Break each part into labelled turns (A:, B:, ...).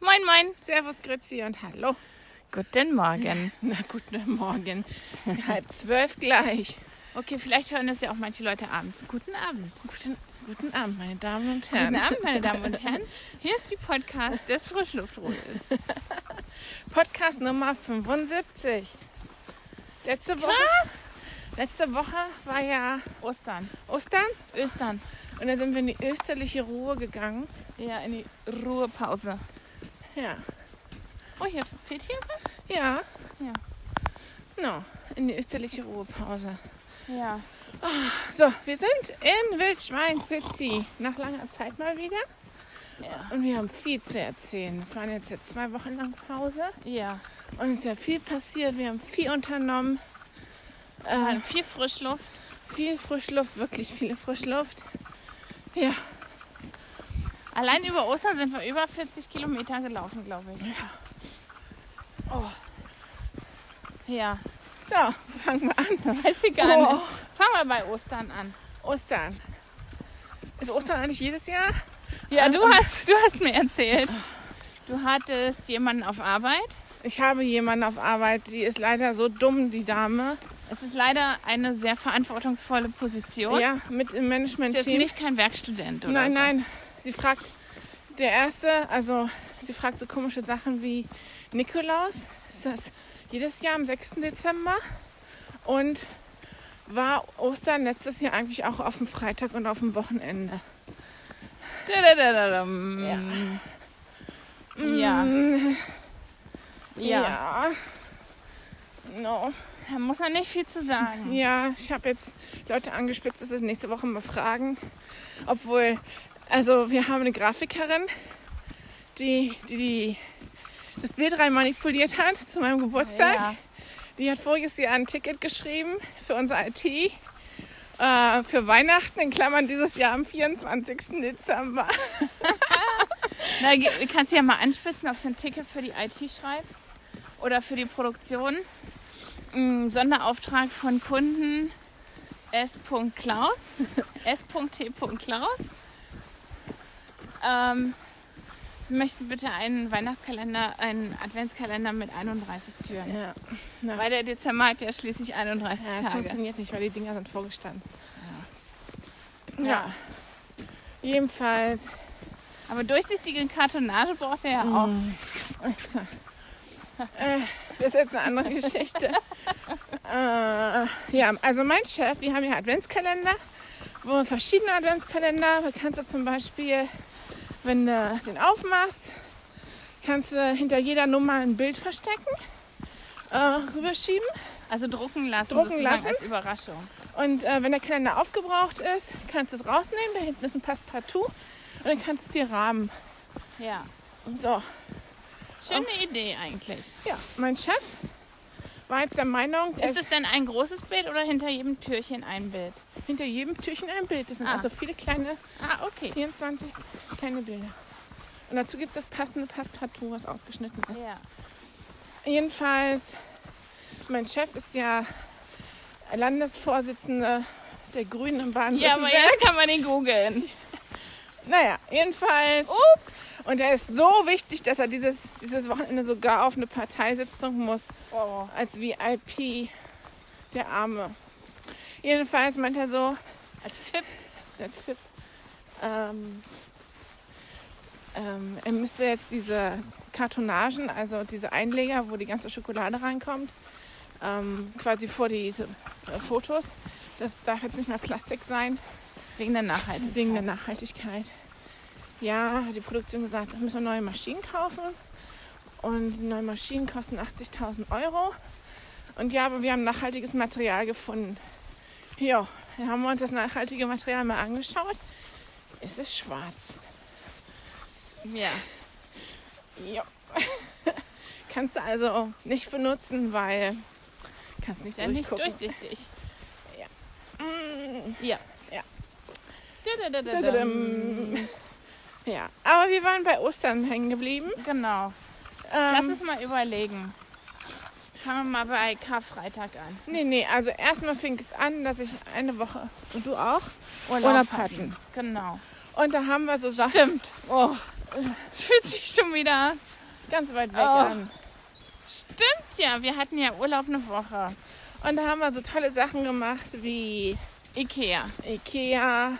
A: Moin.
B: Servus, Grüezi und hallo.
A: Guten Morgen.
B: Na, guten Morgen. Es ist halb zwölf gleich.
A: Okay, vielleicht hören das ja auch manche Leute abends. Guten Abend.
B: Guten, guten Abend, meine Damen und
A: Guten
B: Herren.
A: Abend, meine Damen und Herren. Hier ist die Podcast des Frischluftrudels.
B: Podcast Nummer 75. Letzte Woche, letzte Woche war ja
A: Ostern.
B: Ostern
A: Östern.
B: und da sind wir in die österliche Ruhe gegangen.
A: Ja, in die Ruhepause.
B: Ja.
A: Oh, hier fehlt hier was?
B: Ja.
A: Ja.
B: No, in die österliche Ruhepause.
A: Ja.
B: So, wir sind in Wildschwein City. Nach langer Zeit mal wieder.
A: Ja.
B: Und wir haben viel zu erzählen. Es waren jetzt, jetzt zwei Wochen lang Pause.
A: Ja.
B: Und es ist ja viel passiert. Wir haben viel unternommen. Äh,
A: Hat viel Frischluft.
B: viel Frischluft, wirklich viel Frischluft. Ja,
A: Allein über Ostern sind wir über 40 Kilometer gelaufen, glaube ich. Ja. Oh. Ja.
B: so, fangen wir an.
A: Weiß ich gar nicht. Fangen wir bei Ostern an.
B: Oh, Ostern. Ist Ostern eigentlich jedes Jahr?
A: Ja, du hast, du hast mir erzählt. Du hattest jemanden auf Arbeit.
B: Ich habe jemanden auf Arbeit, die ist leider so dumm, die Dame.
A: Es ist leider eine sehr verantwortungsvolle Position.
B: Ja, mit im
A: ist jetzt
B: Management-Team.
A: nicht kein Werkstudent, oder?
B: Nein,
A: so.
B: nein. Sie fragt, der Erste, also sie fragt so komische Sachen wie Nikolaus. Ist das jedes Jahr am 6. Dezember? Und war Ostern letztes Jahr eigentlich auch auf dem Freitag und auf dem Wochenende?
A: Dadadadadam. Ja.
B: Mm,
A: Ja. ja.
B: ja. No.
A: Da muss man nicht viel zu sagen.
B: Ja, ich habe jetzt Leute angespitzt, dass wir nächste Woche mal fragen. Obwohl, also wir haben eine Grafikerin, die, die, die das Bild rein manipuliert hat zu meinem Geburtstag.
A: Ja.
B: Die hat voriges Jahr ein Ticket geschrieben für unser IT. Äh, für Weihnachten, in Klammern dieses Jahr am 24. Dezember.
A: Na, ge- kannst du ja mal anspitzen, ob sie ein Ticket für die IT schreibt oder für die Produktion. Ein Sonderauftrag von Kunden S.Klaus, S.T.Klaus. Ähm, wir möchten bitte einen Weihnachtskalender, einen Adventskalender mit 31 Türen.
B: Ja,
A: Weil der Dezember hat ja schließlich 31
B: das
A: Tage.
B: funktioniert nicht, weil die Dinger sind vorgestanzt.
A: Ja.
B: ja. Jedenfalls
A: Aber durchsichtige Kartonage braucht er ja auch.
B: Mhm. Äh, Das ist jetzt eine andere Geschichte. äh, ja, also mein Chef, wir haben ja Adventskalender, wo verschiedene Adventskalender, da kannst du zum Beispiel, wenn du den aufmachst, kannst du hinter jeder Nummer ein Bild verstecken, äh, rüberschieben.
A: Also drucken lassen,
B: Drucken
A: sozusagen
B: lassen.
A: als Überraschung.
B: Und äh, wenn der Kalender aufgebraucht ist, kannst du es rausnehmen, da hinten ist ein Passepartout und dann kannst du es dir rahmen.
A: Ja.
B: So,
A: Schöne Idee eigentlich.
B: ja, mein Chef war jetzt der Meinung, er
A: Ist es denn ein großes Bild oder hinter jedem Türchen ein Bild?
B: hinter jedem Türchen ein Bild. Das sind
A: Ah.
B: also viele kleine,
A: Ah, okay.
B: 24 kleine Bilder. Und dazu gibt es das passende Passpartout, was ausgeschnitten ist.
A: Ja.
B: Jedenfalls, mein Chef ist ja Landesvorsitzende der Grünen in
A: ja, aber
B: Baden-Württemberg.
A: jetzt kann man ihn googeln.
B: naja, jedenfalls.
A: Ups.
B: Und er ist so wichtig, dass er dieses, dieses Wochenende sogar auf eine Parteisitzung muss.
A: Oh.
B: Als VIP der Arme. Jedenfalls meint er so,
A: Als Tipp.
B: als Tipp. Ähm, ähm, er müsste jetzt diese Kartonagen, also diese Einleger, wo die ganze Schokolade reinkommt, ähm, quasi vor diese äh, Fotos. Das darf jetzt nicht mehr Plastik sein,
A: Wegen der Nachhaltigkeit.
B: wegen der Nachhaltigkeit. Ja, hat die Produktion gesagt, da müssen wir neue Maschinen kaufen. Und die neuen Maschinen kosten 80.000 Euro. Und ja, aber wir haben nachhaltiges Material gefunden. Ja, dann haben wir uns das nachhaltige Material mal angeschaut. Es ist schwarz.
A: Ja.
B: Ja. kannst du also nicht benutzen, weil kannst nicht
A: Ist ja nicht
B: durchgucken.
A: durchsichtig.
B: Mm,
A: Ja.
B: Ja.
A: Dadadadadam.
B: ja, aber wir waren bei Ostern hängen geblieben.
A: Genau. Lass
B: Ähm,
A: uns mal überlegen. Fangen wir mal bei Karfreitag an.
B: nee, nee, also erstmal fing es an, dass ich eine Woche und du auch Urlaub hatten.
A: Genau.
B: Und da haben wir so Sachen.
A: Stimmt. Oh. Es fühlt sich schon wieder
B: ganz weit weg ähm,
A: Oh.
B: an.
A: Stimmt ja, wir hatten ja Urlaub eine Woche.
B: Und da haben wir so tolle Sachen gemacht wie
A: Ikea.
B: Ikea.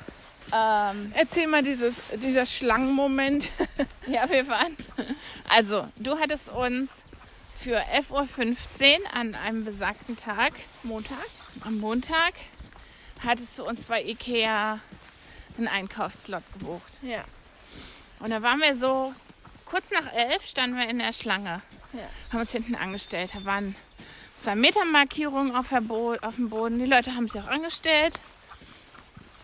A: Ähm,
B: Erzähl mal dieses, dieser Schlangenmoment.
A: ja, wir waren. Also, du hattest uns für 11.15 Uhr an einem besagten Tag,
B: Montag?
A: am Montag, hattest du uns bei Ikea einen Einkaufsslot gebucht.
B: Ja.
A: Und da waren wir so, kurz nach elf standen wir in der Schlange.
B: Ja.
A: Haben uns hinten angestellt. Da waren zwei Meter Markierungen auf, der Bo auf dem Boden. Die Leute haben sich auch angestellt.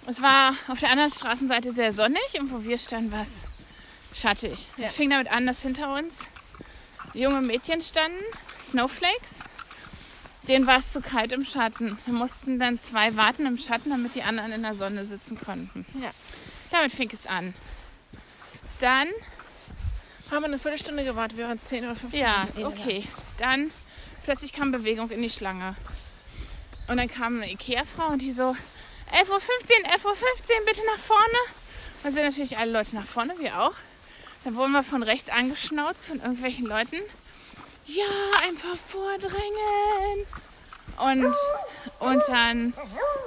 A: Es war auf der anderen Straßenseite sehr sonnig und wo wir standen, war es schattig.
B: Ja.
A: Es fing damit an, dass hinter uns junge Mädchen standen, Snowflakes. Denen war es zu kalt im Schatten. Wir mussten dann zwei warten im Schatten, damit die anderen in der Sonne sitzen konnten.
B: Ja.
A: Damit fing es an. Dann
B: Haben wir eine Viertelstunde gewartet, wir waren 10 oder 15
A: ja,
B: Minuten
A: ist
B: eher da.
A: okay. Dann plötzlich kam Bewegung in die Schlange. Und dann kam eine Ikea-Frau und die so, 11.15 Uhr, 11.15 Uhr, bitte nach vorne. Und sind natürlich alle Leute nach vorne, wir auch. Dann wurden wir von rechts angeschnauzt von irgendwelchen Leuten. Ja, einfach vordrängen. Und, und dann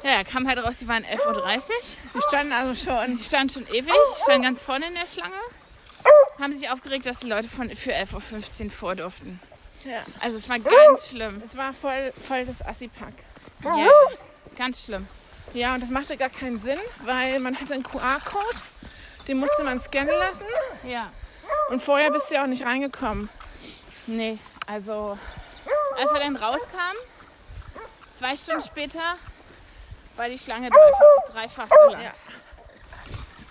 A: ja, kam halt raus, die waren 11.30 Uhr.
B: Wir standen also schon.
A: Die standen schon ewig, standen ganz vorne in der Schlange. Haben sich aufgeregt, dass die Leute von, für 11.15 Uhr vor durften.
B: Ja.
A: Also es war ganz schlimm.
B: Es war voll, voll das Assi-Pack.
A: Ja, ganz schlimm.
B: Ja, und das machte gar keinen Sinn, weil man hatte einen QR-Code, den musste man scannen lassen
A: Ja.
B: und vorher bist du ja auch nicht reingekommen.
A: Nee, also als wir dann rauskamen, zwei Stunden später, war die Schlange dreifach, dreifach so lang.
B: Ja.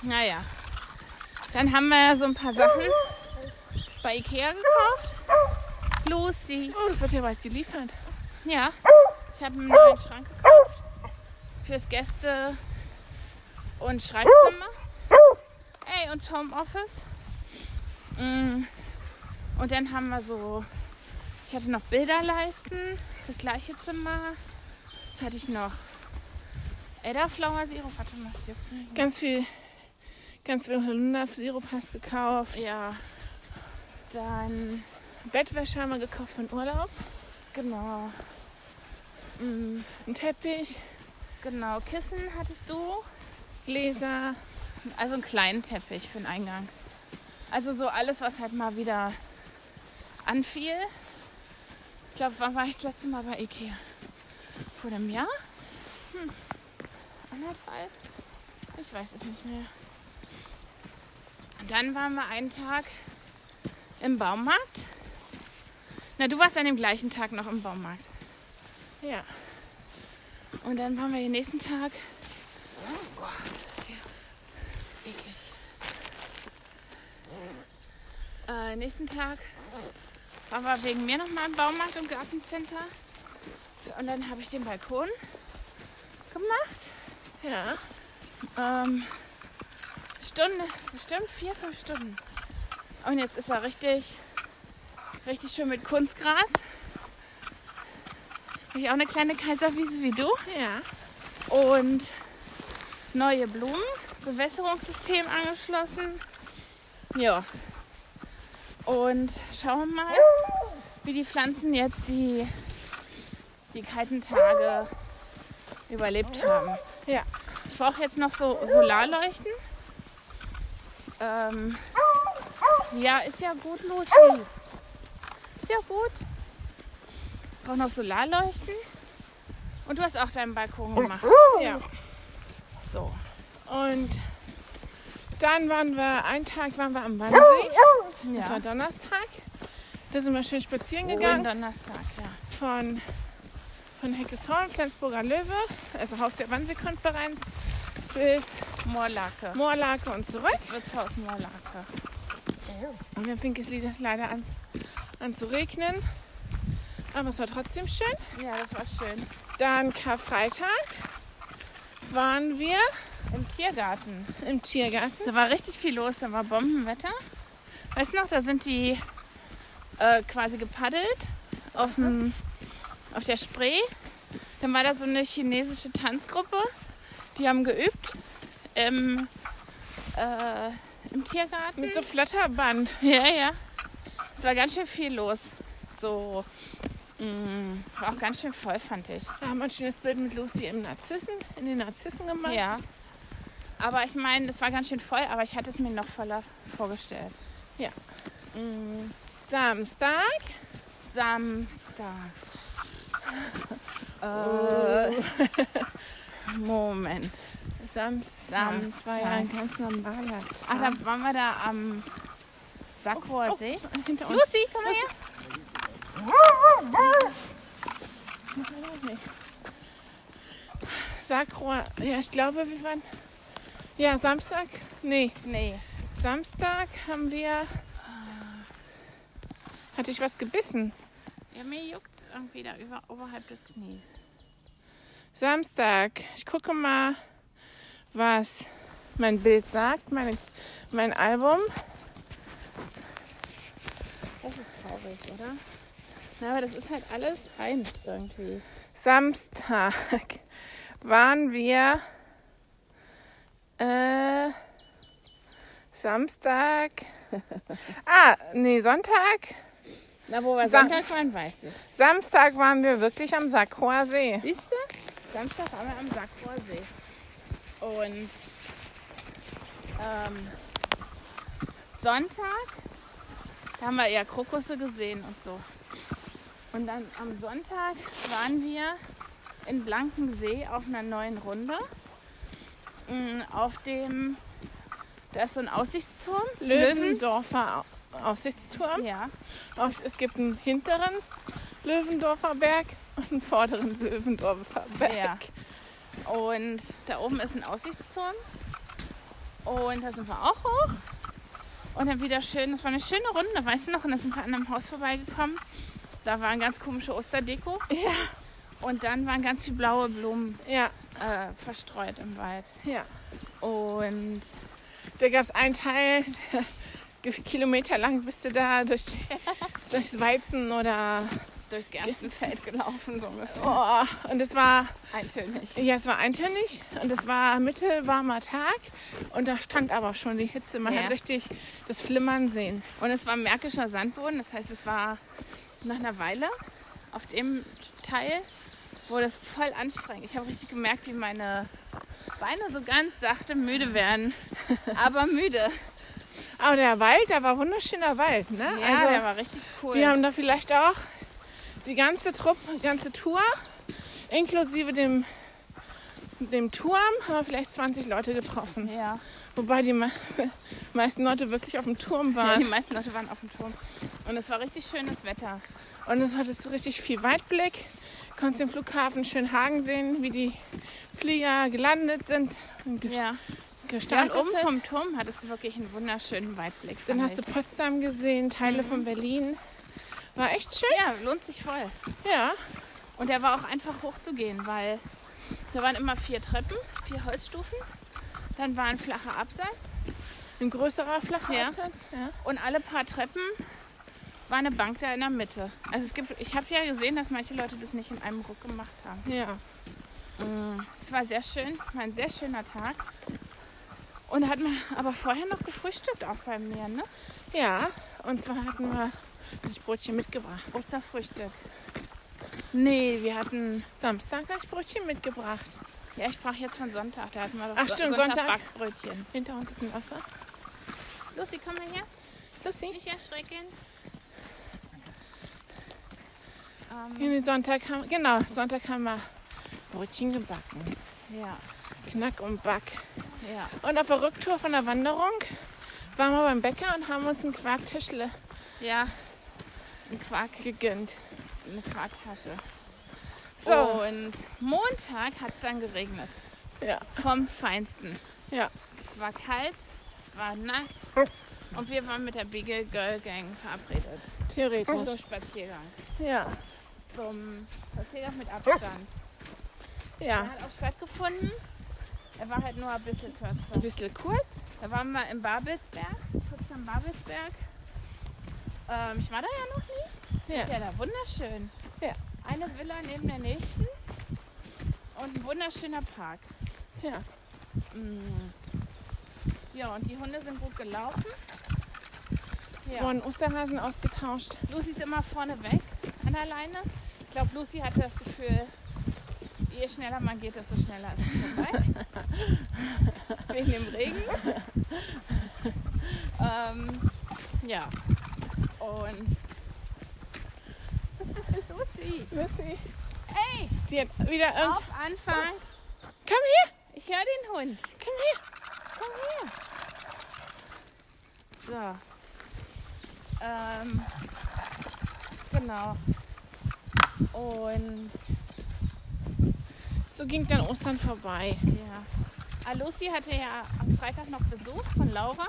A: Naja. Dann haben wir ja so ein paar Sachen bei Ikea gekauft. Lucy.
B: Oh, das wird ja bald geliefert.
A: Ja, ich habe einen neuen Schrank gekauft. Fürs Gäste- und Schreibzimmer. Ey, und Homeoffice. Mm, Und dann haben wir so, ich hatte noch Bilderleisten fürs gleiche Zimmer. Was hatte ich noch? Elderflower Sirup, warte mal. hier.
B: Ganz viel, ganz viel Holunder-Sirup hast gekauft.
A: Ja, dann,
B: Bettwäsche haben wir gekauft für den Urlaub.
A: genau. Mm,
B: Ein Teppich,
A: Genau, Kissen hattest du.
B: Gläser.
A: Also einen kleinen Teppich für den Eingang. Also so alles, was halt mal wieder anfiel. Ich glaube, wann war ich das letzte Mal bei Ikea? Vor einem Jahr? Hm. Anderthalb? Ich weiß es nicht mehr. Und dann waren wir einen Tag im Baumarkt. Na, du warst an dem gleichen Tag noch im Baumarkt.
B: Ja.
A: Und dann waren wir den nächsten Tag. Ja. Eklig. Äh, nächsten Tag waren wir wegen mir nochmal im Baumarkt und Gartencenter. Und dann habe ich den Balkon gemacht.
B: Ja.
A: Ähm, Stunde, bestimmt vier, fünf Stunden. Und jetzt ist er richtig, richtig schön mit Kunstgras. Habe ich auch eine kleine Kaiserwiese wie du
B: Ja.
A: und neue Blumen, Bewässerungssystem angeschlossen. Ja. Und schauen mal, wie die Pflanzen jetzt die, die kalten Tage überlebt haben.
B: Ja.
A: Ich brauche jetzt noch so Solarleuchten. Ähm, ja, ist ja gut, Lucy. Ist ja gut. Ich brauche noch Solarleuchten. Und du hast auch deinen Balkon gemacht.
B: ja.
A: So.
B: Und dann waren wir, einen Tag waren wir am Wannsee. Das war
A: Ja.
B: Donnerstag. Da sind wir schön spazieren
A: Gegangen.
B: gegangen.
A: Donnerstag, ja.
B: von, von Heckeshorn, Flensburger Löwe, also Haus der Wannsee-Konferenz, bis
A: Moorlake.
B: Moorlake und zurück.
A: Wirtshaus Moorlake.
B: Und dann fing es li- leider an, an zu regnen, aber es war trotzdem schön.
A: Ja, das war schön.
B: Dann Karfreitag waren wir
A: Im Tiergarten.
B: im Tiergarten.
A: Da war richtig viel los, da war Bombenwetter. Weißt du noch, da sind die äh, quasi gepaddelt auf, dem, auf der Spree. Dann war da so eine chinesische Tanzgruppe, die haben geübt im, äh, im Tiergarten.
B: Mit so Flatterband.
A: ja, ja. Es war ganz schön viel los. So. mm, War auch ganz schön voll, fand ich.
B: Da haben wir ein schönes Bild mit Lucy im Narzissen, in den Narzissen gemacht.
A: Ja. Aber ich meine, es war ganz schön voll, aber ich hatte es mir noch voller vorgestellt.
B: Ja.
A: Mm,
B: Samstag.
A: Samstag. äh, Moment.
B: Samstag.
A: Samstag.
B: war ja ein ganz normaler.
A: Ach, da waren wir da am Sackrohr See.
B: Tag. hinter uns.
A: Oh, Lucy, komm mal her.
B: Sakroa. Ja, ich glaube, wir waren. Ja, Samstag. Nee,
A: Nee.
B: Samstag haben wir. Hatte ich was gebissen?
A: Ja, mir juckt irgendwie da über, oberhalb des Knies.
B: Samstag. Ich gucke mal, was mein Bild sagt, meine, mein Album.
A: Das ist traurig, oder? Na, aber das ist halt alles eins irgendwie.
B: Samstag waren wir. Äh, Samstag. Ah, nee, Sonntag.
A: Na, wo wir
B: Sam-
A: Sonntag waren, weißt du.
B: Samstag waren wir wirklich am Sakroer See.
A: Siehst du? Samstag waren wir am Sackrohr See. Und ähm, Sonntag, da haben wir ja Krokusse gesehen und so. Und dann am Sonntag waren wir in Blankensee auf einer neuen Runde. Mm, Auf dem, da ist so ein Aussichtsturm.
B: Löwendorfer Au- Aussichtsturm.
A: Ja.
B: Auf- Es gibt einen hinteren Löwendorfer Berg und einen vorderen Löwendorfer Berg.
A: Ja. Und da oben ist ein Aussichtsturm. Und da sind wir auch hoch. Und dann wieder schön, das war eine schöne Runde, weißt du noch? Und dann sind wir an einem Haus vorbeigekommen. Da waren ganz komische Osterdeko.
B: Ja.
A: Und dann waren ganz viele blaue Blumen
B: Ja,
A: äh, verstreut im Wald.
B: ja.
A: Und
B: Da gab es einen Teil, Kilometer lang bist du da durch, durchs Weizen oder.
A: durchs Gerstenfeld gelaufen, so ungefähr.
B: Oh, und es war,
A: Eintönig.
B: ja, es war eintönig und es war mittelwarmer Tag und da stand aber schon die Hitze. Man
A: Ja.
B: hat richtig das Flimmern sehen.
A: Und es war märkischer Sandboden, das heißt, es war nach einer Weile auf dem Teil, wurde es voll anstrengend. Ich habe richtig gemerkt, wie meine Beine so ganz sachte müde werden. Aber müde.
B: Aber der Wald, da war wunderschöner Wald, ne?
A: Ja, der war richtig cool.
B: Wir haben da vielleicht auch die ganze Truppe, ganze Tour, inklusive dem, dem Turm, haben wir vielleicht 20 Leute getroffen.
A: ja.
B: Wobei die me meisten Leute wirklich auf dem Turm
A: ja, die
B: waren.
A: meisten Leute waren auf dem Turm. Und es war richtig schönes Wetter.
B: Und es hattest du richtig viel Weitblick. Konntest den Flughafen Schönhagen sehen, wie die Flieger gelandet sind und ges-
A: Ja. Ja, und
B: gestartet
A: oben
B: sind.
A: vom Turm hattest du wirklich einen wunderschönen Weitblick.
B: Dann
A: fand
B: hast du
A: ich.
B: Potsdam gesehen, Teile
A: Mhm.
B: von Berlin. War echt schön.
A: Ja, lohnt sich voll.
B: Ja.
A: Und der war auch einfach hochzugehen, weil da waren immer vier Treppen, vier Holzstufen. Dann war ein flacher Absatz.
B: Ein größerer flacher
A: Ja.
B: Absatz. Ja.
A: Und alle paar Treppen war eine Bank da in der Mitte. Also es gibt, ich habe ja gesehen, dass manche Leute das nicht in einem Ruck gemacht haben.
B: ja.
A: Es war sehr schön, war ein sehr schöner Tag. Und hat mir aber vorher noch gefrühstückt, auch bei mir, ne?
B: Ja, und zwar hatten wir das Brötchen mitgebracht.
A: Osterfrühstück. Nee, wir hatten,
B: Samstag habe ich Brötchen mitgebracht.
A: ja, ich sprach jetzt von Sonntag, da hatten wir doch
B: Ach,
A: So-
B: stimmt, Sonntag.
A: Backbrötchen.
B: Hinter uns ist ein Wasser.
A: Lucy, komm mal her,
B: Lustig.
A: nicht erschrecken. Ähm,
B: Den Sonntag haben, genau, Sonntag haben wir Brötchen gebacken.
A: ja,
B: Knack und Back.
A: ja.
B: Und auf der Rücktour von der Wanderung waren wir beim Bäcker und haben uns ein Quarktischle
A: Ja, ein Quark,
B: gegönnt.
A: eine Quarktasche. Oh,
B: So,
A: Und Montag hat es dann geregnet.
B: ja,
A: Vom Feinsten.
B: ja.
A: Es war kalt, es war nass. Und wir waren mit der Beagle Girl Gang verabredet.
B: Theoretisch.
A: Zum Spaziergang.
B: Ja,
A: Zum Spaziergang mit Abstand. Der
B: ja.
A: hat auch stattgefunden. Er war halt nur ein bisschen
B: Ein
A: kürzer.
B: bisschen kurz.
A: Da waren wir im Babelsberg, kurz am Babelsberg. Ähm, ich war da ja noch nie.
B: Ja.
A: Ist ja da wunderschön.
B: Ja.
A: Eine Villa neben der nächsten und ein wunderschöner Park.
B: Ja.
A: Mm. Ja, und die Hunde sind gut gelaufen. Ja.
B: wurden Osterhasen ausgetauscht.
A: Lucy ist immer vorne weg an der Leine. Ich glaube, Lucy hatte das Gefühl, je schneller man geht, desto schneller ist es vorbei. Wegen dem Regen. ähm, ja. Und. Lucy!
B: Lucy,
A: Ey!
B: sie hat wieder irgend...
A: Auf Anfang!
B: Komm her,
A: Ich höre den Hund.
B: komm her.
A: So. Ähm, genau. Und
B: So ging dann Ostern vorbei.
A: ja. Ah, Lucy hatte ja am Freitag noch Besuch von Laura.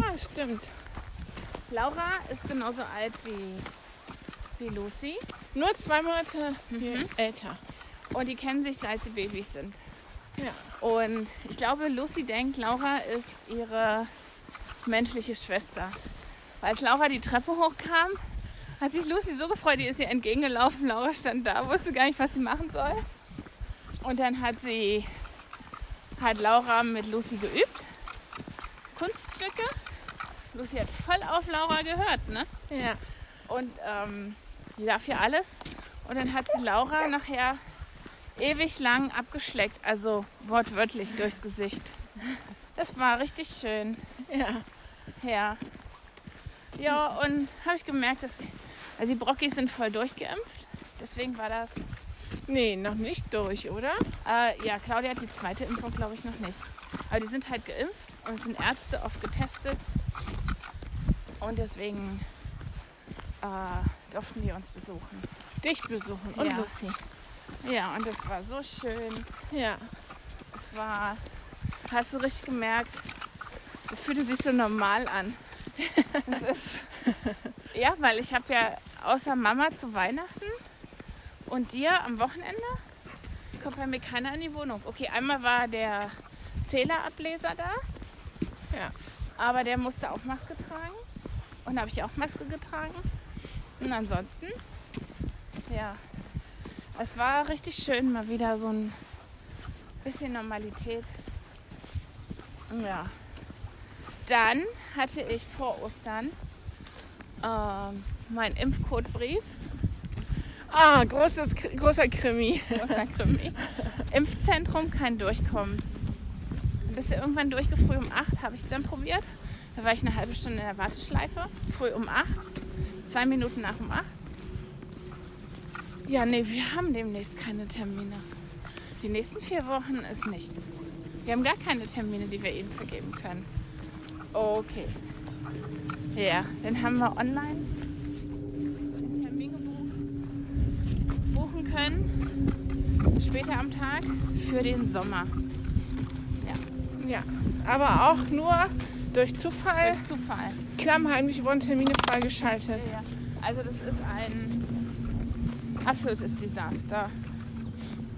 B: Ah, stimmt.
A: Laura ist genauso alt wie, wie Lucy.
B: Nur zwei Monate
A: Mhm.
B: älter.
A: Und die kennen sich, seit sie Babys sind.
B: Ja.
A: Und ich glaube, Lucy denkt, Laura ist ihre menschliche Schwester. Weil als Laura die Treppe hochkam, hat sich Lucy so gefreut, die ist ihr entgegengelaufen. Laura stand da, wusste gar nicht, was sie machen soll. Und dann hat sie, hat Laura mit Lucy geübt. Kunststücke. Lucy hat voll auf Laura gehört, ne?
B: Ja.
A: Und ähm, die darf hier alles. Und dann hat sie Laura nachher ewig lang abgeschleckt, also wortwörtlich durchs Gesicht. Das war richtig schön.
B: Ja.
A: Ja. Ja, und habe ich gemerkt, dass also die Brockis sind voll durchgeimpft. Deswegen war das.
B: Nee, noch nicht durch, oder?
A: Äh, ja, Claudia hat die zweite Impfung, glaube ich, noch nicht. Aber die sind halt geimpft und sind Ärzte oft getestet. Und deswegen äh, durften die uns besuchen.
B: Dich besuchen und
A: Ja.
B: Lucy.
A: Ja, und das war so schön.
B: Ja.
A: Es war, hast du richtig gemerkt, es fühlte sich so normal an. es ist, ja, weil ich habe ja außer Mama zu Weihnachten und dir am Wochenende kommt bei mir keiner in die Wohnung. Okay, einmal war der Zählerablesen da.
B: Ja.
A: Aber der musste auch Maske tragen. Und habe ich auch Maske getragen. Und ansonsten, ja, es war richtig schön, mal wieder so ein bisschen Normalität. Ja. Dann hatte ich vor Ostern ähm, meinen Impfcode-Brief.
B: Ah, großes, großer Krimi.
A: Unser Krimi. Impfzentrum kann durchkommen. Bis irgendwann durchgefrüh um 8 habe ich es dann probiert. Da war ich eine halbe Stunde in der Warteschleife. Früh um 8. Zwei Minuten nach um 8. Ja, nee, wir haben demnächst keine Termine. Die nächsten vier Wochen ist nichts. Wir haben gar keine Termine, die wir Ihnen vergeben können. Okay. Ja, dann haben wir online den Termin gebucht, buchen können später am Tag für den Sommer.
B: Ja. Aber auch nur durch Zufall.
A: Durch Zufall.
B: Klammheimlich wurden Termine freigeschaltet.
A: Also das ist ein absolutes Desaster.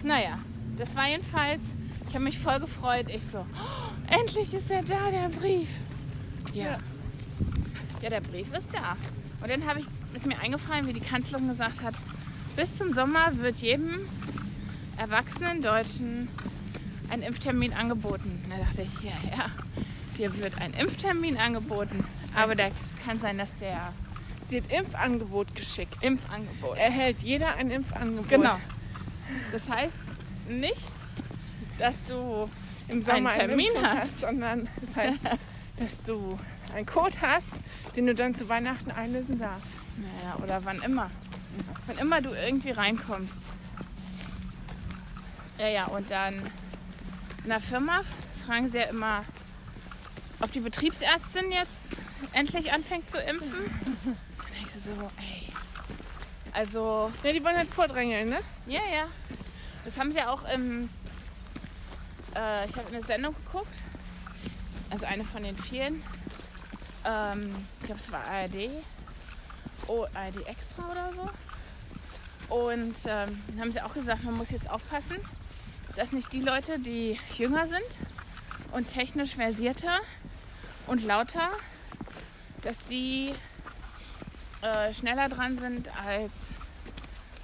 A: Naja, das war jedenfalls, ich habe mich voll gefreut. Ich so, "Oh, endlich ist er da, der Brief.
B: Ja.
A: Ja, der Brief ist da. Und dann habe ich, ist mir eingefallen, wie die Kanzlerin gesagt hat, bis zum Sommer wird jedem erwachsenen Deutschen ein Impftermin angeboten. Und da dachte ich, ja, ja, dir wird ein Impftermin angeboten. Aber da- es kann sein, dass der
B: Sie hat Impfangebot geschickt.
A: Impfangebot.
B: Erhält jeder ein Impfangebot.
A: Genau. Das heißt nicht, dass du
B: Im Sommer
A: einen
B: einen
A: Termin
B: Impfung
A: hast.
B: sondern das heißt, dass du einen Code hast, den du dann zu Weihnachten einlösen darfst.
A: naja, oder wann immer, wann immer du irgendwie reinkommst. Ja, ja, und dann in der Firma fragen sie ja immer, ob die Betriebsärztin jetzt endlich anfängt zu impfen. Und denkst du so, ey. Also,
B: Ja, die wollen halt vordrängeln, ne?
A: Ja, ja. Das haben sie auch im. Äh, ich habe eine Sendung geguckt. Also eine von den vielen. Ähm, ich glaube, es war ARD. Oh, ARD Extra oder so. Und ähm, dann haben sie auch gesagt, man muss jetzt aufpassen, dass nicht die Leute, die jünger sind und technisch versierter und lauter, dass die äh, schneller dran sind als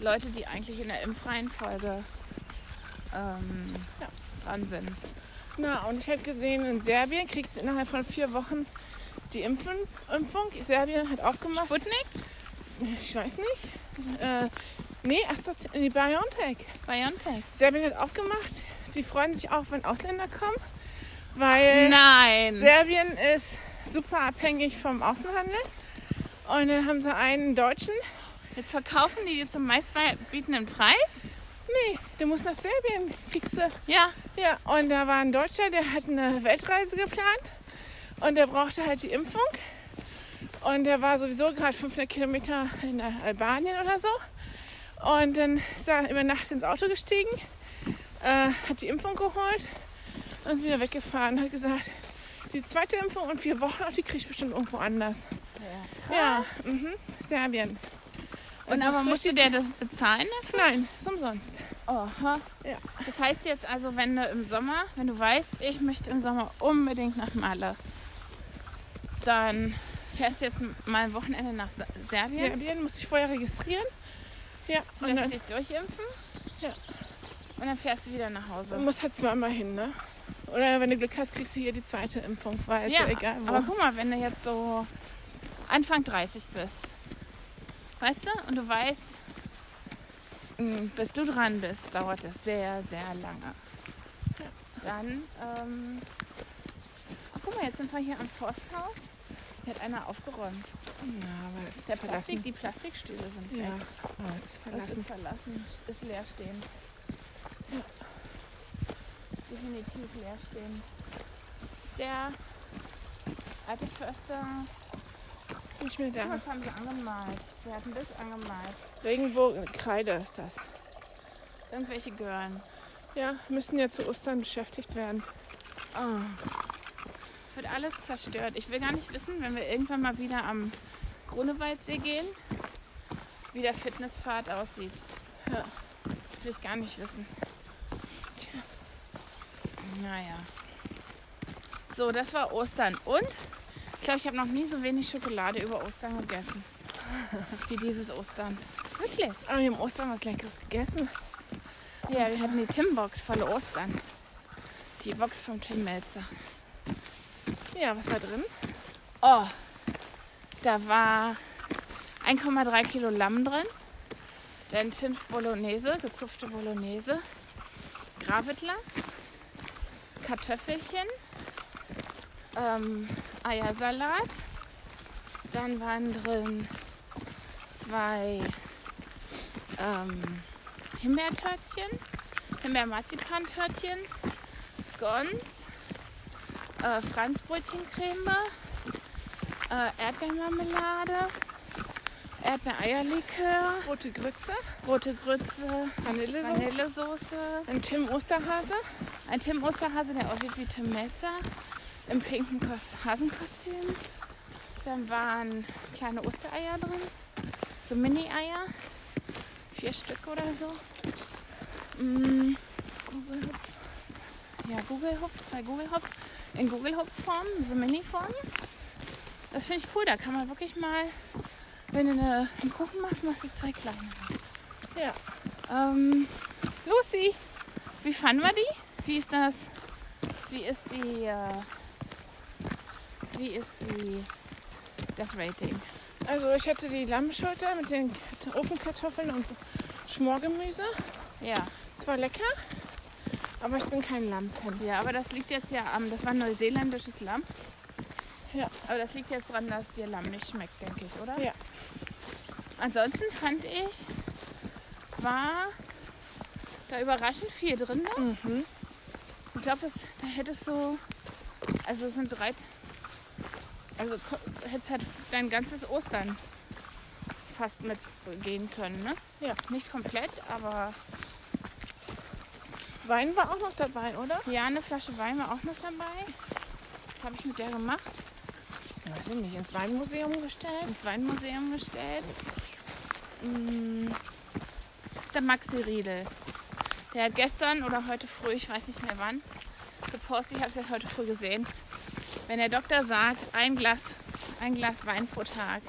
A: Leute, die eigentlich in der Impfreihenfolge ähm,
B: Ja.
A: dran sind.
B: Na, und ich habe gesehen, in Serbien kriegst du innerhalb von vier Wochen die Impfen, Impfung. Serbien hat aufgemacht.
A: Sputnik?
B: Ich weiß nicht. Äh, nee, AstraZeneca, nee, BioNTech.
A: Biontech?
B: Serbien hat aufgemacht. Die freuen sich auch, wenn Ausländer kommen, weil
A: Nein.
B: Serbien ist super abhängig vom Außenhandel. Und dann haben sie einen Deutschen.
A: Jetzt verkaufen die dir zum meistbietenden Preis?
B: Nee, der muss nach Serbien. Kriegst du
A: Ja.
B: Ja, und da war ein Deutscher, der hat eine Weltreise geplant und der brauchte halt die Impfung. Und der war sowieso gerade 500 Kilometer in Albanien oder so. Und dann ist er über Nacht ins Auto gestiegen, äh, hat die Impfung geholt und ist wieder weggefahren und hat gesagt, die zweite Impfung in vier Wochen, und die krieg ich bestimmt irgendwo anders. Ja, mhm, Serbien.
A: Und
B: Also
A: aber musste
B: richtig-
A: der das bezahlen?
B: Nein, ist umsonst.
A: Oha.
B: Ja.
A: Das heißt jetzt also, wenn du im Sommer, wenn du weißt, ich möchte im Sommer unbedingt nach Malle, dann fährst du jetzt mal ein Wochenende nach Se- Serbien,
B: Serbien muss ich vorher registrieren. Ja, und dann
A: lässt dich durchimpfen
B: Ja.
A: und dann fährst du wieder nach
B: Du
A: Hause.
B: musst halt zweimal hin, ne? Oder wenn du Glück hast, kriegst du hier die zweite Impfung, weil ist ja, egal wo.
A: aber guck mal, wenn du jetzt so Anfang 30 bist, weißt du, und du weißt, mh, bis du dran bist, dauert es sehr, sehr lange. Dann, ähm, ach guck mal, jetzt sind wir hier am Forsthaus. Hier hat einer aufgeräumt.
B: Na, aber das ist
A: Der Plastik,
B: verlassen.
A: die Plastikstühle sind
B: Ja,
A: weg.
B: aber es ist
A: Das
B: verlassen.
A: ist verlassen, ist leerstehend. Definitiv leerstehend. Ist der alte Förster,
B: Nicht mehr
A: ja.
B: da.
A: was haben sie angemalt? Der hat ein Bild angemalt.
B: Regenbogen, Kreide ist das.
A: Irgendwelche Girlen.
B: Ja, müssen ja zu Ostern beschäftigt werden.
A: Oh. Wird alles zerstört. Ich will gar nicht wissen, wenn wir irgendwann mal wieder am Grunewaldsee gehen, wie der Fitnesspfad aussieht.
B: Ja.
A: Das will ich gar nicht wissen. Tja. Naja. So, das war Ostern. Und ich glaube, ich habe noch nie so wenig Schokolade über Ostern gegessen. wie dieses Ostern. Wirklich?
B: Aber wir haben Ostern was Leckeres gegessen.
A: Ja, wir hatten die Timbox volle Ostern. Die Box vom Tim Melzer.
B: Ja, was war drin?
A: Oh, da war 1,3 Kilo Lamm drin, dann Tims Bolognese, gezupfte Bolognese, Gravitlachs, Kartoffelchen, ähm, Eiersalat, dann waren drin zwei ähm, Himbeertörtchen, Himbeermarzipantörtchen, Scones, äh, Franzbrötchencreme, äh, Erdbeermarmelade, Erdbeereierlikör,
B: Rote Grütze,
A: rote Grütze,
B: Vanillesoße.
A: Vanillesoße,
B: Ein Tim Osterhase.
A: ein Tim Osterhase, der aussieht wie Tim Melzer, im pinken Kos Hasenkostüm. Dann waren kleine Ostereier drin, so Mini-Eier, vier Stück oder so. Mm, Gugelhupf. Ja, Gugelhupf, zwei Gugelhupf in Gugelhupf-Form, so Mini-Form. Das finde ich cool, da kann man wirklich mal, wenn du eine, einen Kuchen machst, machst du zwei kleine.
B: Ja.
A: Ähm,
B: Lucy.
A: wie fanden wir die? Wie ist das? Wie ist die? Äh, wie ist die? Das Rating?
B: Also ich hatte die Lammschulter mit den Kat- Ofenkartoffeln und Schmorgemüse.
A: Ja,
B: Es war lecker, aber ich bin kein Lamm-Fan.
A: ja, aber das liegt jetzt ja am. Das war neuseeländisches Lamm.
B: Ja.
A: Aber das liegt jetzt daran, dass dir Lamm nicht schmeckt, denke ich, oder?
B: Ja.
A: Ansonsten fand ich, war da überraschend viel drin. war.
B: Mhm.
A: Ich glaube, da hättest du, also es sind drei, also ko- hättest halt dein ganzes Ostern fast mitgehen können, ne?
B: Ja.
A: Nicht komplett, aber
B: Wein war auch noch dabei, oder?
A: ja, eine Flasche Wein war auch noch dabei. Was habe ich mit der gemacht?
B: Weiß ich nicht, ins Weinmuseum gestellt.
A: Ins Weinmuseum gestellt. Mm, Der Maxi Riedel. Der hat gestern oder heute früh, ich weiß nicht mehr wann, gepostet. Ich habe es jetzt heute früh gesehen. Wenn der Doktor sagt, ein Glas, ein Glas Wein pro Tag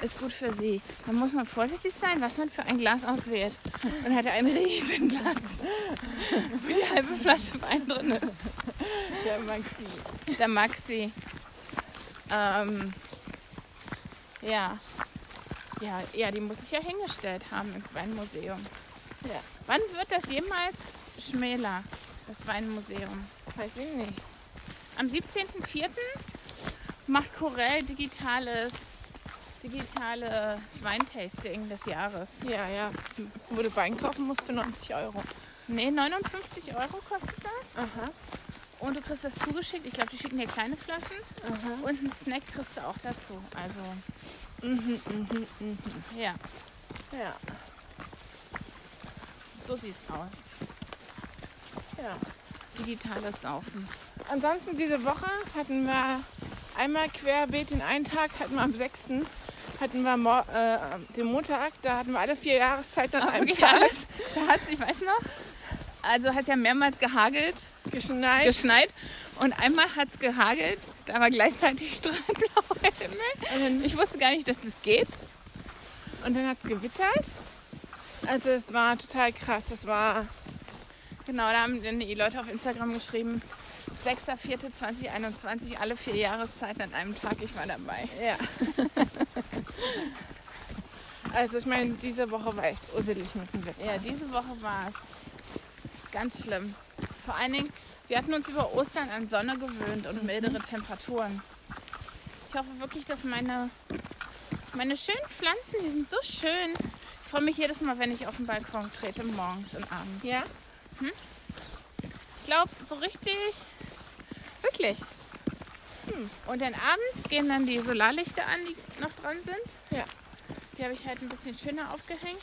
A: ist gut für Sie, dann muss man vorsichtig sein, was man für ein Glas auswählt. Und hat er ein riesen Glas, wo die halbe Flasche Wein drin ist.
B: Der Maxi.
A: Der Maxi. Ähm, ja. ja. Ja, die muss ich ja hingestellt haben ins Weinmuseum.
B: Ja.
A: Wann wird das jemals schmäler, das Weinmuseum?
B: Weiß ich nicht.
A: Am 17.04. macht Corell digitales, digitale Weintasting des Jahres.
B: Ja, ja. Wo du Wein kaufen musst für 90 Euro.
A: Nee, 59 Euro kostet das.
B: Aha.
A: Und du kriegst das zugeschickt. Ich glaube, die schicken dir kleine Flaschen.
B: Aha.
A: Und einen Snack kriegst du auch dazu. Also,
B: Mhm, mhm, mhm.
A: ja,
B: Ja,
A: so sieht's aus.
B: ja.
A: Digitales Saufen.
B: Ansonsten diese Woche hatten wir einmal querbeet in einen Tag, hatten wir am 6. hatten wir Mo äh, den Montag, da hatten wir alle vier Jahreszeiten an einem
A: Okay,
B: Tag
A: alles. Da hat's, ich weiß noch. Also hat ja mehrmals gehagelt,
B: geschneit.
A: geschneit. Und einmal hat's gehagelt, da war gleichzeitig strahlblauer Himmel.
B: und, dann,
A: Ich wusste gar nicht, dass das geht.
B: und dann hat es gewittert. Also es war total krass. Das war
A: Genau, da haben dann die Leute auf Instagram geschrieben, 6.4.2021, alle vier Jahreszeiten an einem Tag, ich war dabei.
B: ja. also ich meine, diese Woche war echt urselig mit dem Wetter.
A: Ja, diese Woche war es ganz schlimm. Vor allen Dingen, wir hatten uns über Ostern an Sonne gewöhnt und mildere Temperaturen. Ich hoffe wirklich, dass meine, meine schönen Pflanzen, die sind so schön. Ich freue mich jedes Mal, wenn ich auf den Balkon trete, morgens und abends.
B: ja?
A: Ich glaube, so richtig, wirklich. Hm. Und dann abends gehen dann die Solarlichter an, die noch dran sind.
B: Ja.
A: Die habe ich halt ein bisschen schöner aufgehängt.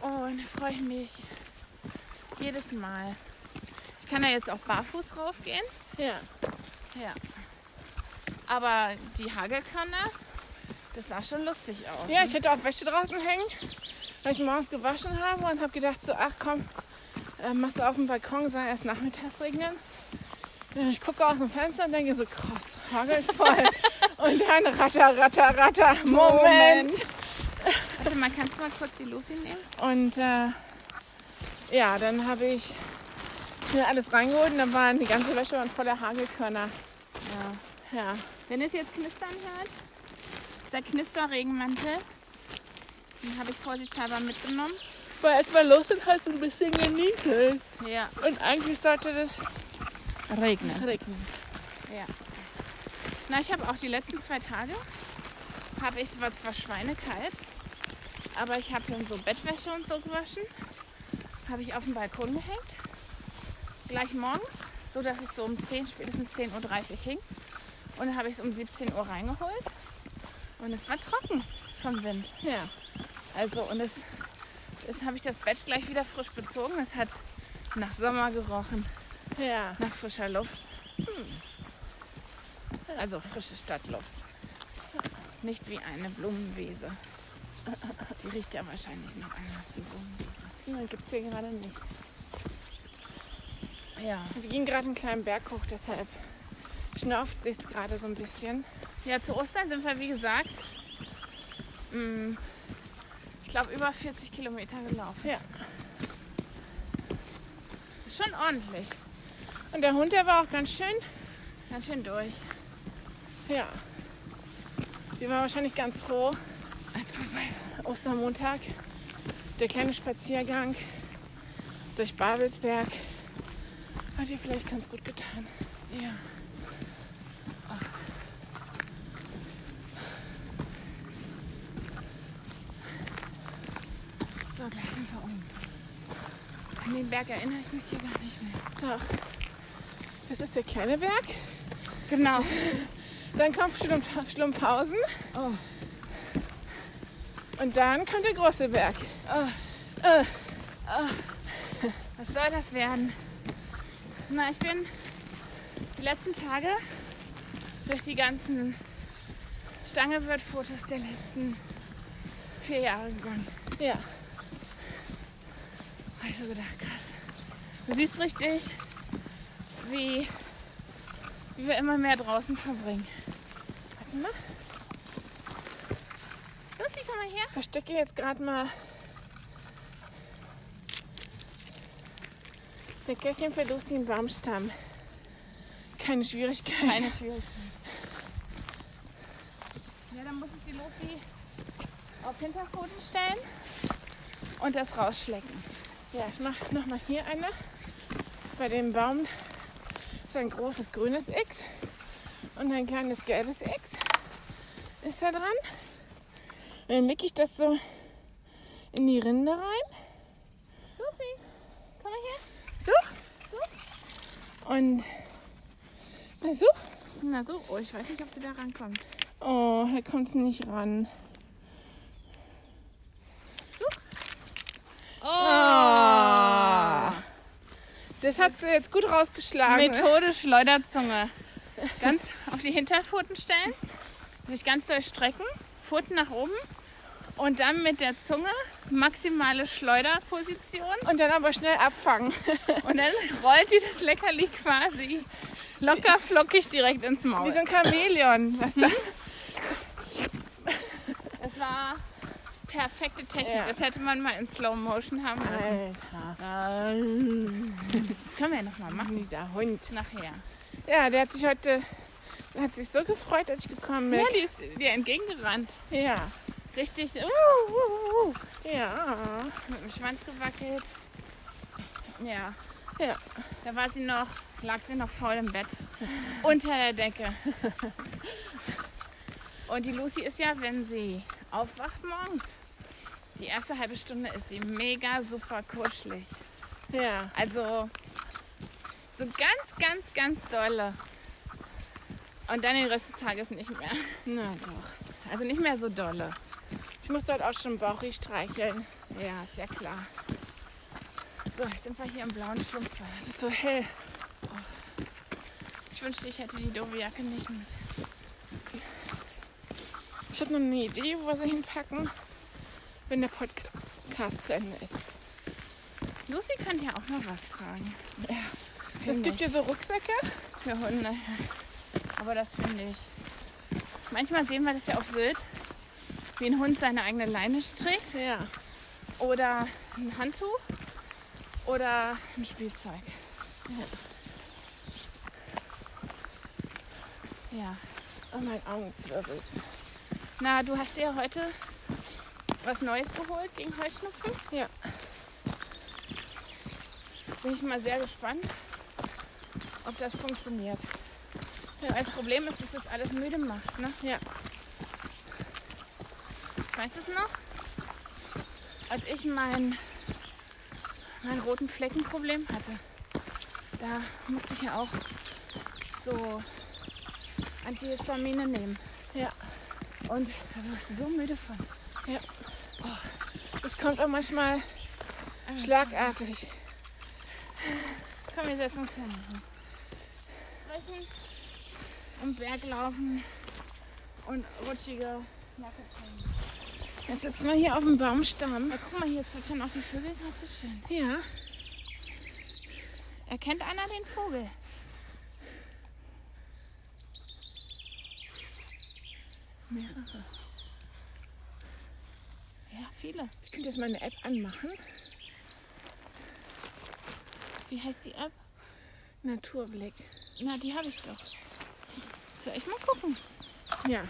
A: Oh, Und da freue ich mich jedes Mal. Ich kann da jetzt auch barfuß raufgehen.
B: Ja.
A: Ja. Aber die Hagelkanne, das sah schon lustig aus.
B: Ja, ich hätte auch Wäsche draußen hängen, weil ich morgens gewaschen habe und habe gedacht so, ach komm, äh, machst du auf dem Balkon, soll erst nachmittags regnen. Ja, Ich gucke aus dem Fenster und denke so, krass, hagelt voll. und dann ratter, ratter, ratter, Moment.
A: Warte mal, kannst du mal kurz die Lucy nehmen?
B: Und äh, ja, dann habe ich schnell alles reingeholt und dann waren die ganze Wäsche und voller Hagelkörner.
A: Ja.
B: Ja,
A: Wenn ihr es jetzt knistern hört, ist der Knisterregenmantel. Den habe ich vorsichtshalber mitgenommen.
B: weil als wir los sind, hat es ein bisschen genieselt.
A: Ja.
B: Und eigentlich sollte das
A: Regnen.
B: regnen.
A: Ja. Na, ich habe auch die letzten zwei Tage, habe ich, es war zwar schweinekalt, aber ich habe dann so Bettwäsche und so gewaschen. Habe ich auf den Balkon gehängt. Gleich morgens, so dass es so um 10, spätestens 10.30 Uhr hing. Und dann habe ich es um 17 Uhr reingeholt. Und es war trocken vom Wind.
B: Ja.
A: Also und es, jetzt habe ich das Bett gleich wieder frisch bezogen. Es hat nach Sommer gerochen,
B: Ja.
A: nach frischer Luft. Hm. Also frische Stadtluft. Nicht wie eine Blumenwiese. Die riecht ja wahrscheinlich noch anders, die Blumenwiese.
B: Nein, gibt es hier gerade nicht.
A: Ja.
B: Wir gehen gerade einen kleinen Berg hoch, deshalb schnauft sich gerade so ein bisschen.
A: ja, zu Ostern sind wir, wie gesagt, mm, ich glaube, über 40 Kilometer gelaufen.
B: Ja.
A: Schon ordentlich.
B: Und der Hund, der war auch ganz schön.
A: Ganz schön durch.
B: Ja. Wir waren wahrscheinlich ganz froh.
A: Als vorbei
B: Ostermontag, der kleine Spaziergang durch Babelsberg hat ihr vielleicht ganz gut getan.
A: Ja. Ach. So, gleich sind wir um. An den Berg erinnere ich mich hier gar nicht mehr.
B: Doch. Das ist der kleine Berg.
A: Genau.
B: Dann kommt Schlumpf Schlumpfhausen
A: Oh.
B: und dann kommt der große Berg.
A: Was soll das werden? Na, ich bin die letzten Tage durch die ganzen Stangewirt-Fotos der letzten vier Jahre gegangen.
B: Ja.
A: Habe ich so gedacht, krass. Du siehst richtig, wie, wie wir immer mehr draußen verbringen.
B: Warte mal.
A: Lucy, komm mal her.
B: verstecke jetzt gerade mal Leckerchen für Lucy im Baumstamm. Keine Schwierigkeit.
A: Schwierigkeit. Ja, dann muss ich die Losi auf Hinterpfoten stellen und das rausschlecken.
B: Ja, ich mache nochmal hier eine. Bei dem Baum ist ein großes grünes X und ein kleines gelbes X ist da dran. Und dann lege ich das so in die Rinde rein.
A: Lucy, komm mal
B: So. Und na so.
A: her. Na so, oh, ich weiß nicht, ob sie da rankommt.
B: Oh, da kommt es nicht ran.
A: Oh!
B: Ah. Das hat sie jetzt gut rausgeschlagen.
A: Methode Schleuderzunge. Ganz auf die Hinterpfoten stellen, sich ganz doll strecken, Pfoten nach oben und dann mit der Zunge maximale Schleuderposition
B: Und dann aber schnell abfangen.
A: und dann rollt ihr das Leckerli quasi locker flockig direkt ins
B: Wie
A: Maul.
B: so ein Chamäleon. Was da?
A: Das war perfekte Technik.
B: Ja.
A: Das hätte man mal in Slow Motion haben müssen.
B: Alter.
A: Das können wir ja nochmal machen.
B: Dieser Hund.
A: Nachher.
B: Ja, der hat sich heute hat sich so gefreut, als ich gekommen bin.
A: Ja, die ist dir entgegengerannt.
B: Ja.
A: Richtig. Uh, uh, uh,
B: Ja.
A: mit dem Schwanz gewackelt. Ja.
B: Ja.
A: Da war sie noch, lag sie noch faul im Bett. unter der Decke. Und die Lucy ist ja, wenn sie aufwacht morgens, die erste halbe Stunde ist sie mega super kuschelig.
B: Ja.
A: Also so ganz, ganz, ganz dolle. Und dann den Rest des Tages nicht mehr.
B: Na doch.
A: Also nicht mehr so dolle.
B: Ich muss dort auch schon Bauchi streicheln.
A: Ja, ist ja klar. So, jetzt sind wir hier im blauen Schlumpfwald.
B: Es ist so hell.
A: Ich wünschte, ich hätte die doofe Jacke nicht mit.
B: Ich habe noch eine Idee, wo wir sie hinpacken, wenn der Podcast zu Ende ist.
A: Lucy kann ja auch mal was tragen.
B: Es gibt
A: ich.
B: ja so Rucksäcke.
A: Für Hunde. Aber das finde ich. Manchmal sehen wir das ja auf Sylt, wie ein Hund seine eigene Leine trägt.
B: Ja.
A: oder ein Handtuch oder ein Spielzeug. Ja.
B: Oh, mein Augenzwirbel.
A: Na, du hast dir ja heute was Neues geholt gegen Heuschnupfen.
B: Ja.
A: Bin ich mal sehr gespannt, ob das funktioniert. Weil das Problem ist, dass das alles müde macht. Ne?
B: Ja.
A: Ich weiß es noch, als ich mein, mein roten Fleckenproblem hatte, da musste ich ja auch so Antihistamine nehmen.
B: Ja.
A: Und da war ich so müde von.
B: Es kommt auch manchmal schlagartig.
A: Ah, Komm, wir setzen uns hin. Sprechen, im Berg laufen und rutschige Jacke tragen.
B: Jetzt sitzen wir hier auf dem Baumstamm.
A: Na, guck mal, hier zwitschern auch die Vögel gerade so schön.
B: Ja.
A: Erkennt einer den Vogel? Mehrere. Ja, viele.
B: Ich könnte jetzt mal eine App anmachen.
A: Wie heißt die App?
B: Naturblick.
A: Na, die habe ich doch. Soll ich mal gucken?
B: Ja.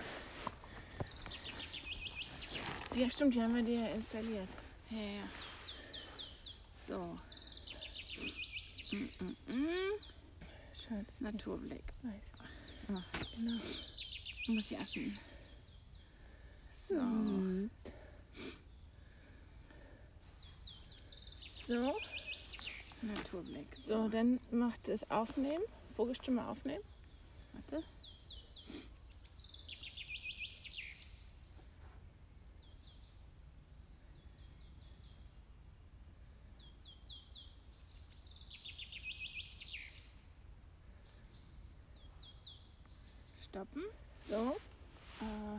B: Ja, stimmt, die haben wir dir ja installiert.
A: Ja, ja. So. Mm -mm -mm.
B: Schade.
A: Naturblick.
B: Weiß.
A: Ah,
B: Genau.
A: Muss ich essen. So.
B: Hm. So,
A: Naturblick.
B: so, dann macht es aufnehmen. Vogelstimme aufnehmen.
A: Warte. Stoppen.
B: So.
A: Äh.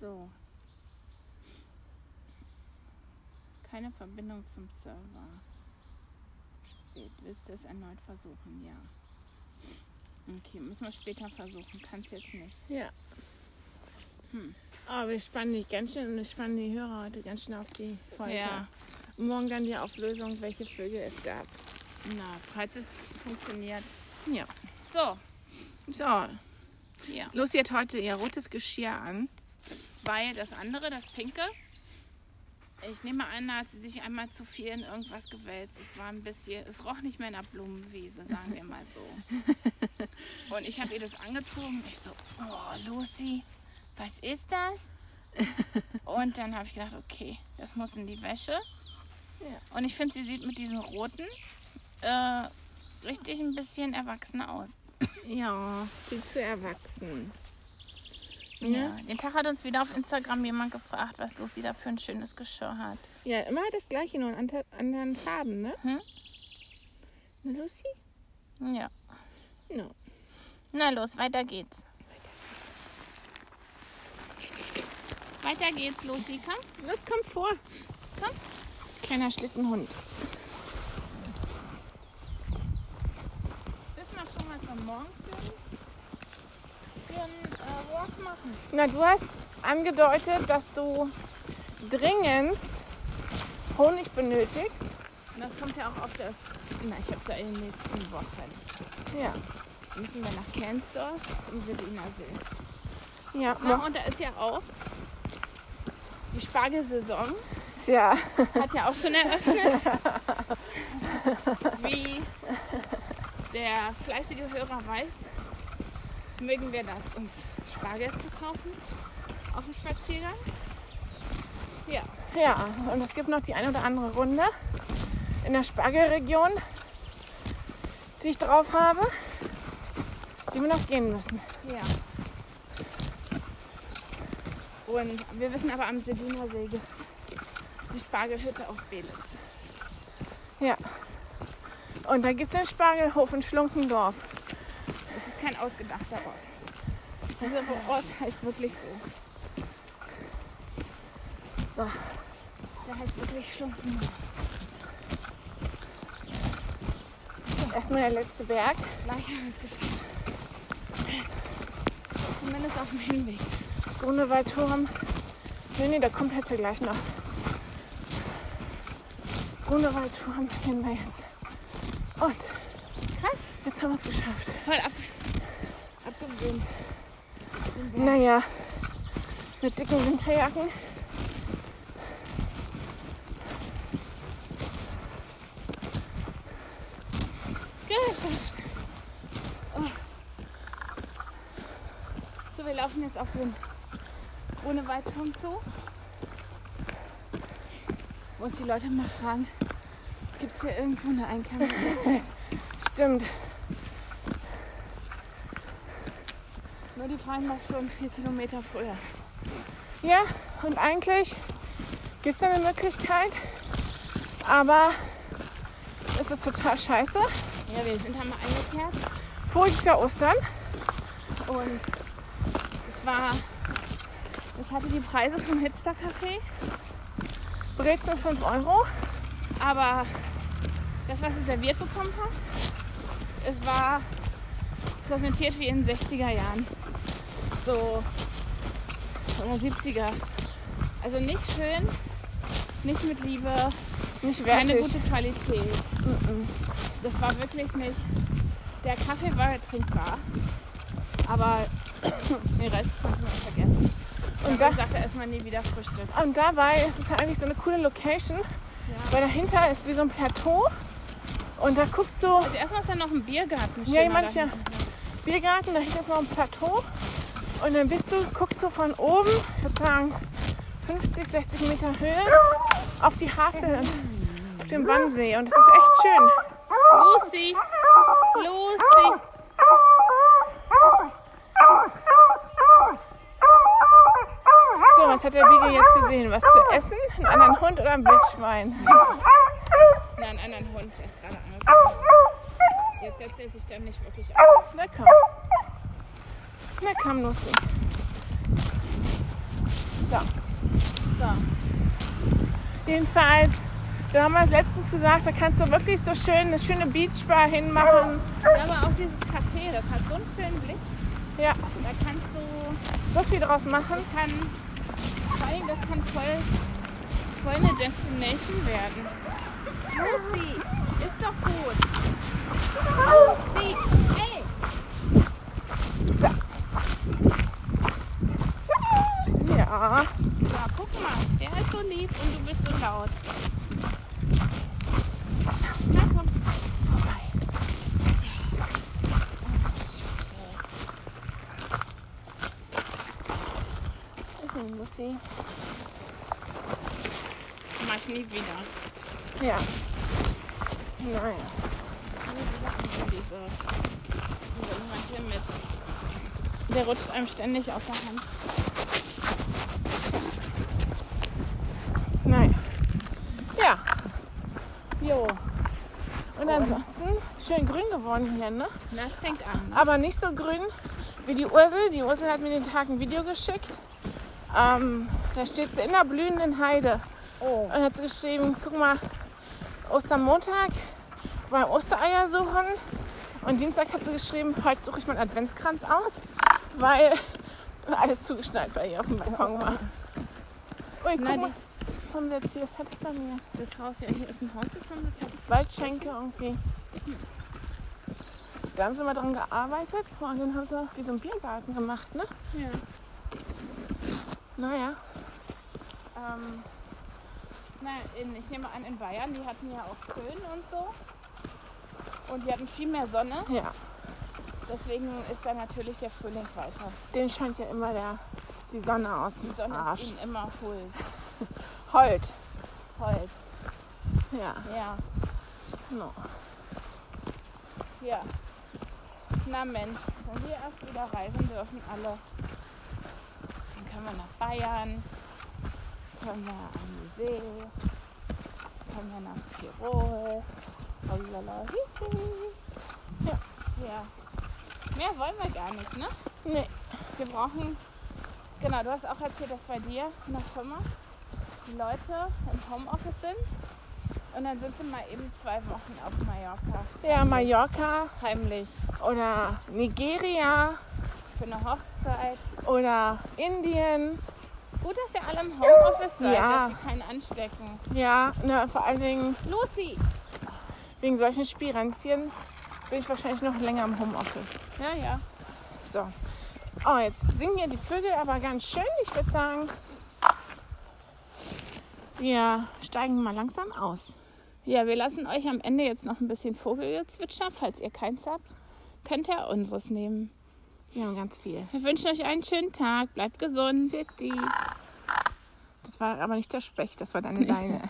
A: So. Keine Verbindung zum Server. Spät. Willst du es erneut versuchen? Ja. Okay, müssen wir später versuchen. Kannst jetzt nicht.
B: Ja.
A: Hm.
B: Aber wir spannen dich ganz schön, wir spannen die Hörer heute ganz schön auf die Folter.
A: Ja.
B: Und morgen dann die Auflösung, welche Vögel es gab.
A: Na, falls es funktioniert.
B: Ja.
A: So.
B: So,
A: Ja.
B: Lucy hat heute ihr rotes Geschirr an.
A: Weil das andere, das pinke, ich nehme an, da hat sie sich einmal zu viel in irgendwas gewälzt. Es war ein bisschen, es roch nicht mehr nach Blumenwiese, sagen wir mal so. Und ich habe ihr das angezogen. Ich so, oh, Lucy, was ist das? Und dann habe ich gedacht, okay, das muss in die Wäsche.
B: Ja.
A: Und ich finde, sie sieht mit diesem roten äh, richtig ein bisschen erwachsener aus.
B: Ja, viel zu erwachsen.
A: Ja.
B: Ne?
A: Den Tag hat uns wieder auf Instagram jemand gefragt, was Lucy da für ein schönes Geschirr hat.
B: Ja, immer das gleiche, nur in ante- anderen Farben, ne?
A: Hm?
B: Ne, Lucy?
A: Ja.
B: No.
A: Na los, weiter geht's. Weiter geht's, Lucy, komm.
B: Los, komm vor.
A: Komm.
B: Kleiner Schlittenhund.
A: Wissen wir schon, was wir morgen für einen- für einen äh, Walk machen?
B: Na, du hast angedeutet, dass du dringend Honig benötigst.
A: Und das kommt ja auch auf das... Na, ich habe da in den nächsten Wochen.
B: Ja.
A: Müssen wir nach Kernsdorf zum Berliner See.
B: Ja,
A: Na, und da ist ja auch die Spargelsaison.
B: macht's ja.
A: Hat ja auch schon eröffnet. Wie der fleißige Hörer weiß, mögen wir das, uns Spargel zu kaufen auf dem Spaziergang. Ja,
B: Ja, und es gibt noch die eine oder andere Runde in der Spargelregion, die ich drauf habe, die wir noch gehen müssen.
A: ja. Und wir wissen aber am Seliner See gibt's die Spargelhütte auf Belitz.
B: Ja. Und da gibt es den Spargelhof in Schlunkendorf.
A: Das ist kein ausgedachter Ort. Dieser Ort heißt wirklich so.
B: So,
A: Der heißt wirklich Schlumpfen.
B: erstmal der letzte Berg.
A: Gleich habe ich es geschafft. Zumindest auf dem Hinweg.
B: Grunewaldturm. Nee, nee, da kommt jetzt ja gleich noch. Grunewaldturm sehen wir jetzt. Und
A: Krass.
B: jetzt haben wir es geschafft.
A: Voll ab, abgewöhnt.
B: Naja, mit dicken Winterjacken.
A: Geschafft. Oh. So, wir laufen jetzt auf den Grunewaldturm zu. Wo uns die Leute mal fragen, gibt es hier irgendwo eine Einkehrung?
B: Stimmt.
A: Nur die fahren doch schon vier Kilometer früher.
B: Ja, und eigentlich gibt es eine Möglichkeit, aber es ist total scheiße.
A: Ja, wir sind einmal eingekehrt.
B: Voriges Jahr Ostern.
A: Und es war, es hatte die Preise vom Hipster-Café,
B: Brezen 5 Euro.
A: aber das, was sie serviert bekommen hat, es war präsentiert wie in den 60er Jahren. So, oder 70er. Also nicht schön, nicht mit Liebe,
B: Nicht
A: keine
B: wertig.
A: gute Qualität. Das war wirklich nicht. Der Kaffee war trinkbar, aber den Rest konnte man vergessen. Und
B: da-
A: dann sagte er erstmal nie wieder Frühstück.
B: Und dabei ist es ja eigentlich so eine coole Location,
A: Ja.
B: weil dahinter ist wie so ein Plateau und da guckst du
A: Also erstmal ist da noch ein Biergarten. schöner
B: Ja, ich meine, ich ja.
A: dahinten.
B: Biergarten, dahinter ist noch ein Plateau und dann bist du, guckst du von oben, ich würde sagen 50, 60 Meter Höhe auf die Havel, auf den Wannsee und es ist echt schön.
A: Lucy! Lucy!
B: So, was hat der Beagle jetzt gesehen? Was zu essen? Einen anderen Hund oder ein Wildschwein?
A: Nein, einen anderen Hund, der ist gerade angekommen. Jetzt setzt er sich dann nicht wirklich auf.
B: Na komm. Na komm, Lucy. So.
A: So.
B: Jedenfalls, wir haben es letztens gesagt, da kannst du wirklich so schön eine schöne Beachbar hinmachen.
A: Ja, aber auch dieses Café, das hat so einen schönen Blick.
B: Ja,
A: Da kannst du
B: so viel draus machen.
A: kann, vor allem, das kann voll, voll eine Destination werden. Lucy, ist doch gut. Lucy, ey. sie. Mach ich nie wieder.
B: Ja. Naja.
A: Diese, diese Nummer hier mit. Der rutscht einem ständig auf der Hand.
B: Naja. Ja.
A: Jo.
B: Und ansonsten schön grün geworden hier, ne?
A: Na, es fängt an.
B: Aber nicht so grün wie die Ursel. Die Ursel hat mir den Tag ein Video geschickt. Ähm, da steht sie in der blühenden Heide
A: Oh.
B: und hat sie geschrieben, guck mal, Ostermontag beim Ostereier suchen. Und Dienstag hat sie geschrieben, heute suche ich meinen Adventskranz aus, weil alles zugeschneit bei ihr auf dem Balkon war. Ui, guck
A: Na,
B: mal, was haben wir jetzt hier fertig saniert?
A: Das Haus ja hier ist ein Haus, das haben wir fertig.
B: Waldschenke irgendwie. Da haben sie mal dran gearbeitet und dann haben sie wie so einen Biergarten gemacht, ne?
A: Ja.
B: Naja. Ähm,
A: Nein, in, ich nehme an, in Bayern, die hatten ja auch Köln und so. Und die hatten viel mehr Sonne.
B: ja,
A: Deswegen ist da natürlich der Frühling weiter.
B: den scheint ja immer der, die Sonne aus
A: Die
B: dem
A: Sonne ist
B: Arsch.
A: ihnen immer hohl.
B: Heult.
A: Toll.
B: Ja,
A: Ja, genau.
B: no.
A: ja. Na Mensch, wenn wir erst wieder reisen dürfen, alle, dann können wir nach Bayern, können wir an die See, können wir nach Tirol. Oh, lala, hi, hi.
B: Ja.
A: ja. Mehr wollen wir gar nicht, ne?
B: Nee,
A: Wir brauchen, genau, du hast auch erzählt, dass bei dir in der Firma die Leute im Homeoffice sind und dann sind sie mal eben zwei Wochen auf Mallorca.
B: ja, Mallorca
A: Heimlich.
B: oder Nigeria
A: Für eine Hochzeit.
B: oder Indien.
A: Gut, dass ihr alle im Homeoffice seid,
B: Ja.
A: dass ihr keinen anstecken.
B: Ja, ne, vor allen Dingen
A: Lucy!
B: wegen solchen Spielränzchen bin ich wahrscheinlich noch länger im Homeoffice.
A: Ja, ja.
B: So. Oh, jetzt singen hier die Vögel aber ganz schön. Ich würde sagen, wir steigen mal langsam aus.
A: Ja, wir lassen euch am Ende jetzt noch ein bisschen Vogelgezwitscher. Falls ihr keins habt, könnt ihr unseres nehmen.
B: Wir haben ganz viel.
A: Wir wünschen euch einen schönen Tag. Bleibt gesund.
B: Fitti. Das war aber nicht der Specht, das war deine Leine.